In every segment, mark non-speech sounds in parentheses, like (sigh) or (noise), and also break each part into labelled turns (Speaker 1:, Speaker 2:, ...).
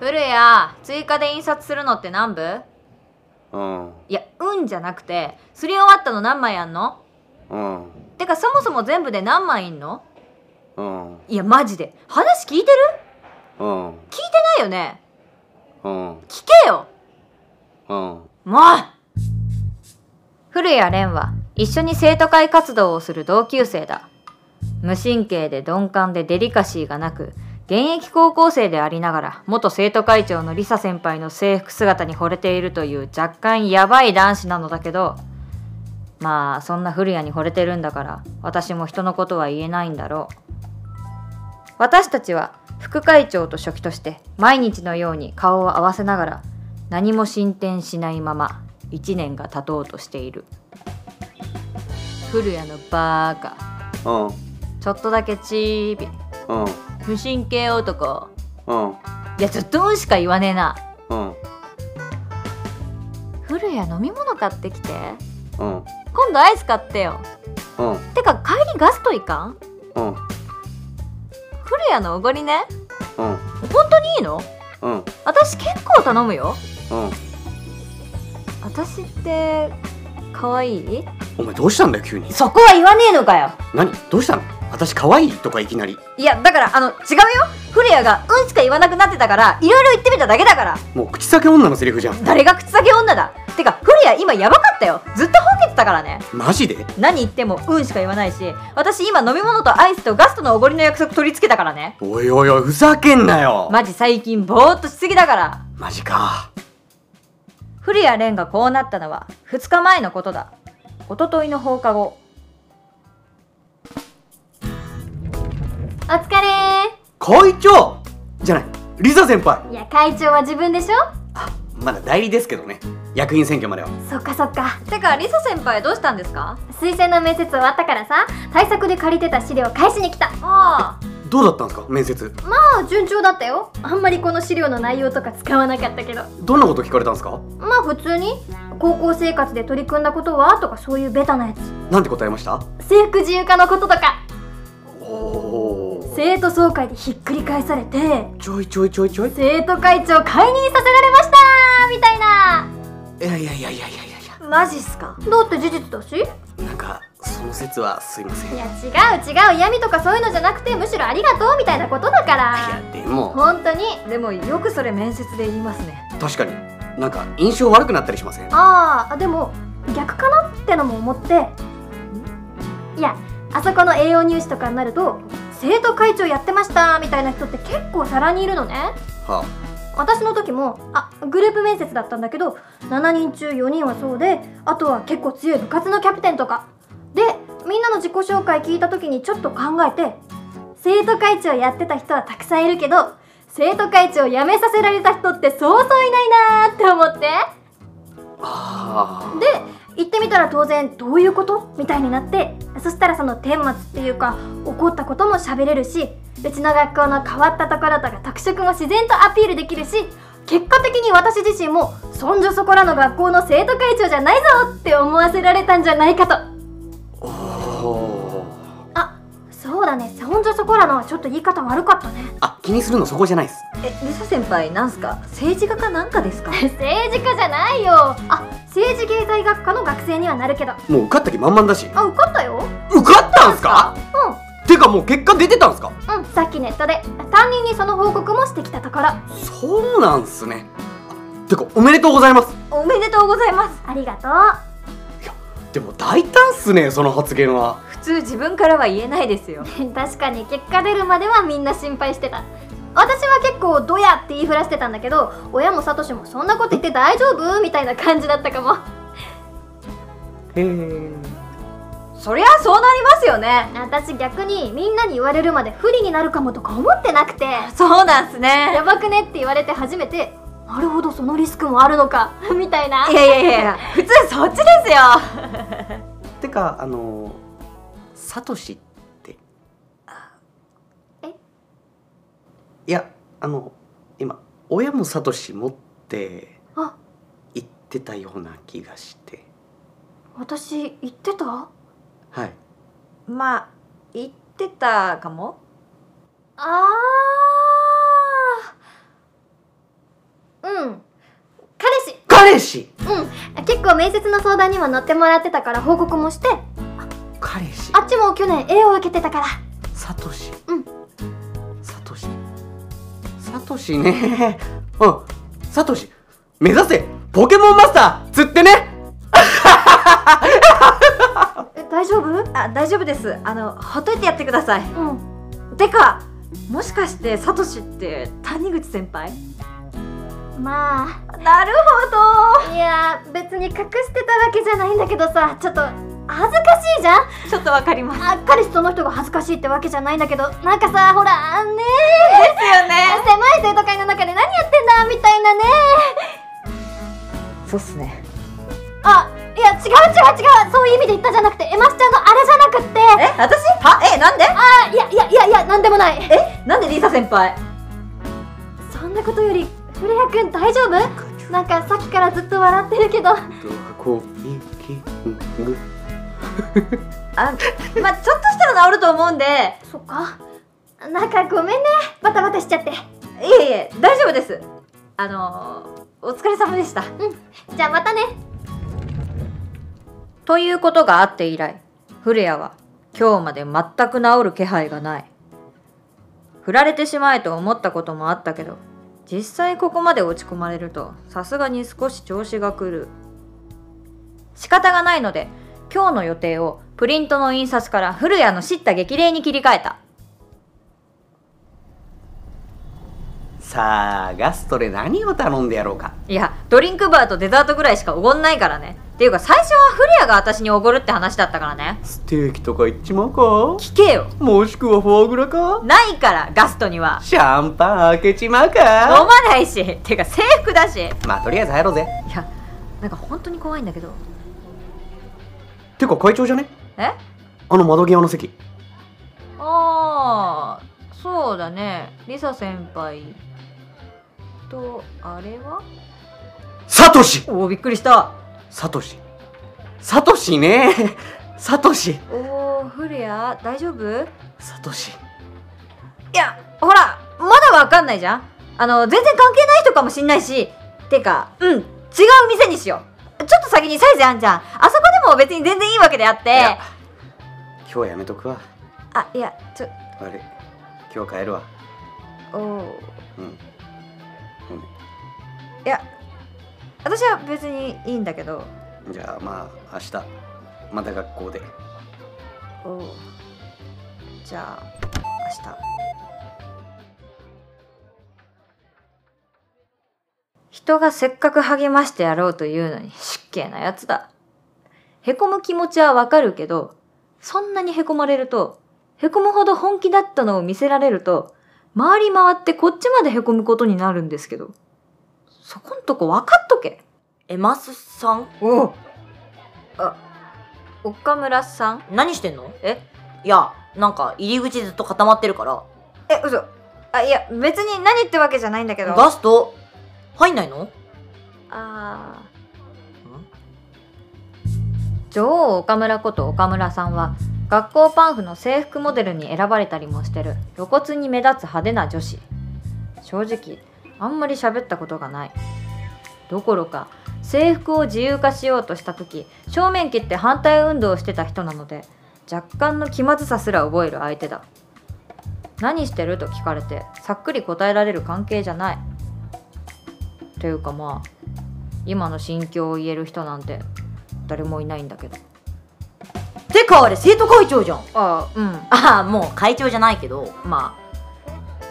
Speaker 1: 古谷追加で印刷するのって何部
Speaker 2: うん
Speaker 1: いやうんじゃなくてすり終わったの何枚あんの
Speaker 2: うん
Speaker 1: てかそもそも全部で何枚いんの
Speaker 2: うん
Speaker 1: いやマジで話聞いてる
Speaker 2: うん
Speaker 1: 聞いてないよね
Speaker 2: うん
Speaker 1: 聞けよ
Speaker 2: うん
Speaker 1: もう古谷蓮は一緒に生徒会活動をする同級生だ無神経で鈍感でデリカシーがなく現役高校生でありながら元生徒会長のリサ先輩の制服姿に惚れているという若干ヤバい男子なのだけどまあそんな古谷に惚れてるんだから私も人のことは言えないんだろう私たちは副会長と書記として毎日のように顔を合わせながら何も進展しないまま1年が経とうとしている古谷のバーカ
Speaker 2: うん
Speaker 1: ちょっとだけチービ
Speaker 2: うん
Speaker 1: 無神経男
Speaker 2: うん
Speaker 1: いやずっとうんしか言わねえな
Speaker 2: うん
Speaker 1: 古谷飲み物買ってきて
Speaker 2: うん
Speaker 1: 今度アイス買ってよ
Speaker 2: うん
Speaker 1: てか帰りガスト行かん
Speaker 2: うん
Speaker 1: 古谷のおごりね
Speaker 2: うん
Speaker 1: 本当にいいの
Speaker 2: うん
Speaker 1: 私結構頼むよ
Speaker 2: うん
Speaker 1: 私って可愛い
Speaker 2: お前どうしたんだよ急に
Speaker 1: そこは言わねえのかよ
Speaker 2: 何どうしたの私可愛いとかいきなり
Speaker 1: いやだからあの違うよ古谷がうんしか言わなくなってたからいろいろ言ってみただけだから
Speaker 2: もう口裂け女のセリフじゃん
Speaker 1: 誰が口先女だてか古谷今やばかったよずっと本けてたからね
Speaker 2: マジで
Speaker 1: 何言ってもうんしか言わないし私今飲み物とアイスとガストのおごりの約束取り付けたからね
Speaker 2: おいおいおいふざけんなよ、
Speaker 1: マジ最近ぼーっとしすぎだから
Speaker 2: マジか
Speaker 1: 古谷蓮がこうなったのは2日前のことだ一昨日の放課後
Speaker 3: お疲れ
Speaker 2: 会長じゃないリザ先輩
Speaker 3: ーいや会長は自分でしょ
Speaker 2: まだ代理ですけどね役員選挙までは
Speaker 3: そっかそっか
Speaker 1: てかリサ先輩どうしたんですか
Speaker 3: 推薦の面接終わったからさ対策で借りてた資料返しに来た
Speaker 1: あ
Speaker 2: どうだったんですか面接
Speaker 3: ああ順調だったよあんまりこの資料の内容とか使わなかったけど
Speaker 2: どんなこと聞かれたんですか
Speaker 3: まあ普通に高校生活で取り組んだことはとかそういうベタなやつ
Speaker 2: なんて答えました
Speaker 3: 制服自由化のこととか
Speaker 2: おー
Speaker 3: 生徒総会でひっくり返されて
Speaker 2: ちょいちょいちょいちょい
Speaker 3: 生徒会長解任させられましたみたいない
Speaker 2: やいやいやいやいやいやい
Speaker 1: マジっすか
Speaker 3: だって事実だしい
Speaker 2: やなんかその説はすいませんいや
Speaker 3: や違う違う嫌味とかそういうのじゃなくてむしろありがとうみたいなことだ (laughs) から
Speaker 2: でも
Speaker 3: 本当に
Speaker 1: でもよくそれ面接で言いますね
Speaker 2: 確かになんか印象悪くなったりしません
Speaker 3: ああでも逆かなってのも思っていやあそこの栄養入試とかになると生徒会長やってましたみたいな人って結構ざらにいるのね
Speaker 2: は
Speaker 3: 私の時もあグループ面接だったんだけど7人中4人はそうであとは結構強い部活のキャプテンとかでみんなの自己紹介聞いた時にちょっと考えて生徒会長やってた人はたくさんいるけど生徒会長辞めさせられた人ってそうそういないなーって思って
Speaker 2: あああ
Speaker 3: で行ってみたら当然どういうことみたいになってそしたらその顛末っていうか起こったことも喋れるしうちの学校の変わったところとか特色も自然とアピールできるし結果的に私自身もそんじょそこらの学校の生徒会長じゃないぞって思わせられたんじゃないかと
Speaker 2: おー
Speaker 3: あそうだねそんじょそこらのはちょっと言い方悪かったね
Speaker 2: あ気にするのそこじゃないです
Speaker 1: えリサ先輩なんすか政治家かなんかですか (laughs)
Speaker 3: 政治家じゃないよあ政治経済学科の学生にはなるけど
Speaker 2: もう受かった気満々だし
Speaker 3: あ受かったよ
Speaker 2: 受かったんすか
Speaker 3: うん
Speaker 2: てかもう結果出てたんすか
Speaker 3: うん、さっきネットで担任にその報告もしてきたところあ
Speaker 2: そうなんすねあてかおめでとうございます
Speaker 1: おめでとうございます
Speaker 3: りがとう (laughs)
Speaker 2: でも大胆っすねその発言は
Speaker 1: 普通自分からは言えないですよ
Speaker 3: 確かに結果出るまではみんな心配してた私は結構「どや」って言いふらしてたんだけど親もサトシも「そんなこと言って大丈夫?」みたいな感じだったかも
Speaker 2: へえ
Speaker 1: そりゃそうなりますよね
Speaker 3: 私逆にみんなに言われるまで不利になるかもとか思ってなくて
Speaker 1: そうなんす
Speaker 3: 「
Speaker 1: ね
Speaker 3: やばくね?」って言われて初めて「なるほどそのリスクもあるのか」みたいない
Speaker 1: やいやいやいや普通そっちですよ
Speaker 2: てかあのーサトシって
Speaker 3: え
Speaker 2: いやあの今親もサトシ持って
Speaker 3: あ
Speaker 2: 言ってたような気がして
Speaker 3: 私言ってた
Speaker 2: はい
Speaker 1: まあ言ってたかも
Speaker 3: あーうん彼氏
Speaker 2: 彼氏
Speaker 3: うん結構面接の相談にも乗ってもらってたから報告もして
Speaker 2: 彼氏
Speaker 3: あっちも去年絵を受けてたから
Speaker 2: サトシ
Speaker 3: うん
Speaker 2: サトシサトシね (laughs) うんサトシ目指せポケモンマスターつってね
Speaker 1: え大丈夫あ大丈夫ですあのほっといてやってください
Speaker 3: うん
Speaker 1: てかもしかしてサトシって谷口先輩
Speaker 3: まあ
Speaker 1: なるほ
Speaker 3: いやー別に隠してたわけじゃないんだけどさちょっと恥ずかしいじゃん
Speaker 1: どちょっとわかります
Speaker 3: あ彼氏その人が恥ずかしいってわけじゃないんだけどなんかさほらね
Speaker 1: ですよ
Speaker 3: え狭い生徒会の中で何やってんだみたいなね
Speaker 1: そうっすね
Speaker 3: あいや違う違う違うそういう意味で言ったじゃなくてエマスちゃんのあれじゃなくって
Speaker 1: え私はえなんで
Speaker 3: あいやいやいやいやなんでもない
Speaker 1: なんでリサ先輩
Speaker 3: そんなことよりフレア君大丈夫なんかさっきからずっと笑ってるけど
Speaker 2: こいきんぐ
Speaker 1: あまあちょっとしたら治ると思うんで
Speaker 3: そっかなんかごめんねバタバタしちゃって
Speaker 1: いえいえ大丈夫ですあのお疲れ様でした
Speaker 3: じゃあまたね
Speaker 1: ということがあって以来古谷は今日まで全く治る気配がない振られてしまえと思ったこともあったけど実際ここまで落ち込まれるとさすがに少し調子が狂う仕方がないので今日の予定をプリントの印刷から古谷の叱咤激励に切り替えた
Speaker 2: さあガストで何を頼んでやろうか
Speaker 1: いやドリンクバーとデザートぐらいしかおごんないからねっていうか最初は古谷が私におごるって話だったからね
Speaker 2: ステーキとかいっちまうか
Speaker 1: 聞けよ
Speaker 2: もしくはフォアグラか
Speaker 1: ないからガストには
Speaker 2: シャンパン開けちまう
Speaker 1: 飲
Speaker 2: か
Speaker 1: まないしてか制服だしい
Speaker 2: まあとりあえず入ろうぜ
Speaker 1: やなんか本当に怖いんだけど
Speaker 2: てか会長じゃね
Speaker 1: え
Speaker 2: あの窓際の席
Speaker 1: ああそうだねリサ先輩とあれは
Speaker 2: サトシ
Speaker 1: おおびっくりした
Speaker 2: サトシサトシねサトシ
Speaker 1: おお古谷大丈夫い
Speaker 2: サトシ
Speaker 1: やほらまだわかんないじゃんあの全然関係ない人かもしんないしてかうん違う店にしようちょっと先にサイズあんじゃんあそこでも別に全然いいわけであっ
Speaker 2: い
Speaker 1: て
Speaker 2: や今日やめとくわ
Speaker 1: あいやちょ
Speaker 2: 悪い今日帰るわ
Speaker 1: おお
Speaker 2: うんごめ
Speaker 1: いや私は別にいいんだけど
Speaker 2: んじゃあまあ明日また学校で
Speaker 1: おうじゃあ明日人がせっかく励ましてやろうというのに失敬なやつだへこむ気持ちはわかるけどそんなにへこまれるとへこむほど本気だったのを見せられると回り回ってこっちまでへこむことになるんですけどそこんとこ分かっとけ
Speaker 4: エマスさん
Speaker 1: おうあ岡村さん
Speaker 4: 何してんの
Speaker 1: え
Speaker 4: いやなんか入り口ずっと固まってるから
Speaker 1: え嘘あいや別に何ってわけじゃないんだけど
Speaker 4: ガスト入んないの
Speaker 1: あー女王岡村こと岡村さんは学校パンフの制服モデルに選ばれたりもしてる露骨に目立つ派手な女子正直あんまり喋ったことがないどころか制服を自由化しようとした時正面切って反対運動をしてた人なので若干の気まずさすら覚える相手だ何してると聞かれてさっくり答えられる関係じゃないというかまあ今の心境を言える人なんて誰もいないんだけど
Speaker 4: てかあれ生徒会長じゃん
Speaker 1: ああうん
Speaker 4: ああもう会長じゃないけど
Speaker 1: ま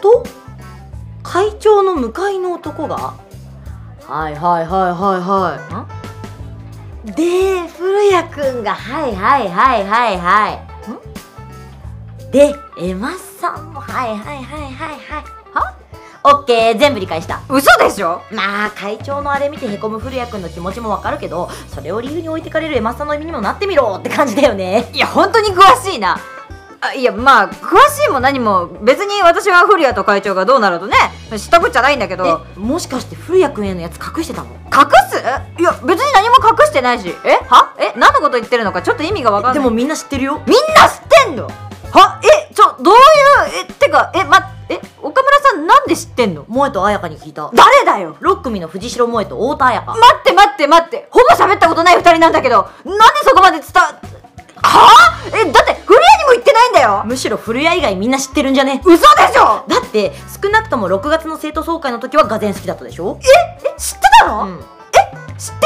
Speaker 4: と会長の向かいの男がはいはいはいはいはいんで古谷くんがはいはいはいはいはいんでエマさんもはいはいはいはいはいはオッケー全部理解した
Speaker 1: あ嘘でしょ
Speaker 4: まあ会長のあれ見てへこむ古谷くんの気持ちもわかるけどそれを理由に置いてかれるエマさんの意味にもなってみろって感じだよね
Speaker 1: いや本当に詳しいなあいやまあ詳しいも何も別に私は古谷と会長がどうなるとね知ったことじゃないんだけど隠
Speaker 4: えもしかして古谷くんへのやつ隠してたの
Speaker 1: すえいや別に何も隠してないしえはえ何のこと言ってるのかちょっと意味がわかんな
Speaker 4: で
Speaker 1: い
Speaker 4: もみんな知ってるよ
Speaker 1: みんな知ってんのはえちょどういうえてかえまえ岡村さんなんなんで知ってんの
Speaker 4: 萌と彩香に聞いた
Speaker 1: 誰だよ
Speaker 4: 6組の藤代萌と太田彩香
Speaker 1: 待って待って待ってほぼ喋ったことない二人なんだけどなんでそこまで伝わはあえだってフリアにも言ってないんだよ
Speaker 4: むしろ古谷以外みんな知ってるんじゃね
Speaker 1: 嘘でしょ
Speaker 4: だって少なくとも6月の生徒総会の時はがぜん好きだったでしょ
Speaker 1: え知ってたの、
Speaker 4: うん
Speaker 1: 知ってる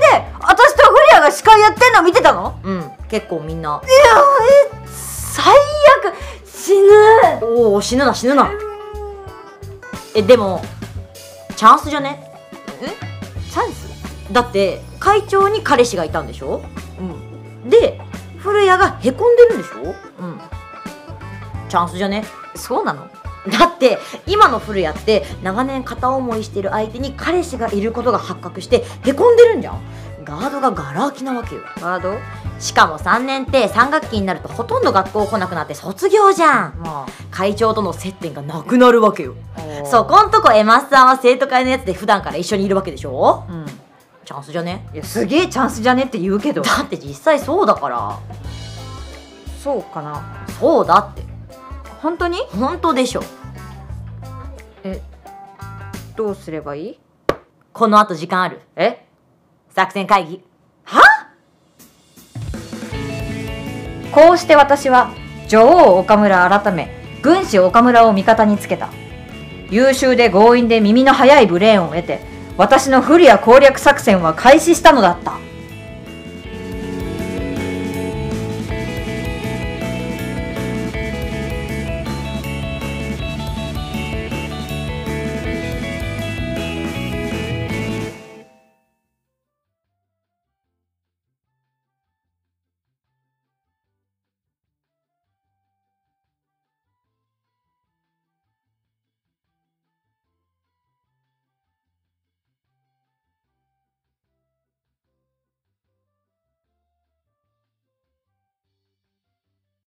Speaker 1: 状態で私とフリアが司会やってんの見てたの
Speaker 4: うん結構みんない
Speaker 1: やえ最悪死ぬ
Speaker 4: おお死ぬな死ぬなえでもチャンスじゃね
Speaker 1: チャンス
Speaker 4: だって会長に彼氏がいたんでしょ
Speaker 1: うん
Speaker 4: で古谷がへこんでるんでしょ
Speaker 1: うん
Speaker 4: チャンスじゃね
Speaker 1: そうなの
Speaker 4: だって今の古谷って長年片思いしてる相手に彼氏がいることが発覚してへこんでるんじゃんガードがガラ空きなわけよ
Speaker 1: ワード
Speaker 4: しかも3年って3学期になるとほとんど学校来なくなって卒業じゃん
Speaker 1: ま
Speaker 4: 会長との接点がなくなるわけよ
Speaker 1: あ
Speaker 4: そこんとこエマスさんは生徒会のやつで普段から一緒にいるわけでしょ
Speaker 1: うん
Speaker 4: チャンスじゃね
Speaker 1: いやすげえチャンスじゃねって言うけど
Speaker 4: だって実際そうだから
Speaker 1: そうかな
Speaker 4: そうだって
Speaker 1: 本当に
Speaker 4: 本当でしょ
Speaker 1: どうすればいい
Speaker 4: このあと時間ある
Speaker 1: え
Speaker 4: 作戦会議
Speaker 1: こうして私は女王岡村改め軍師岡村を味方につけた優秀で強引で耳の速いブレーンを得て私の不利や攻略作戦は開始したのだった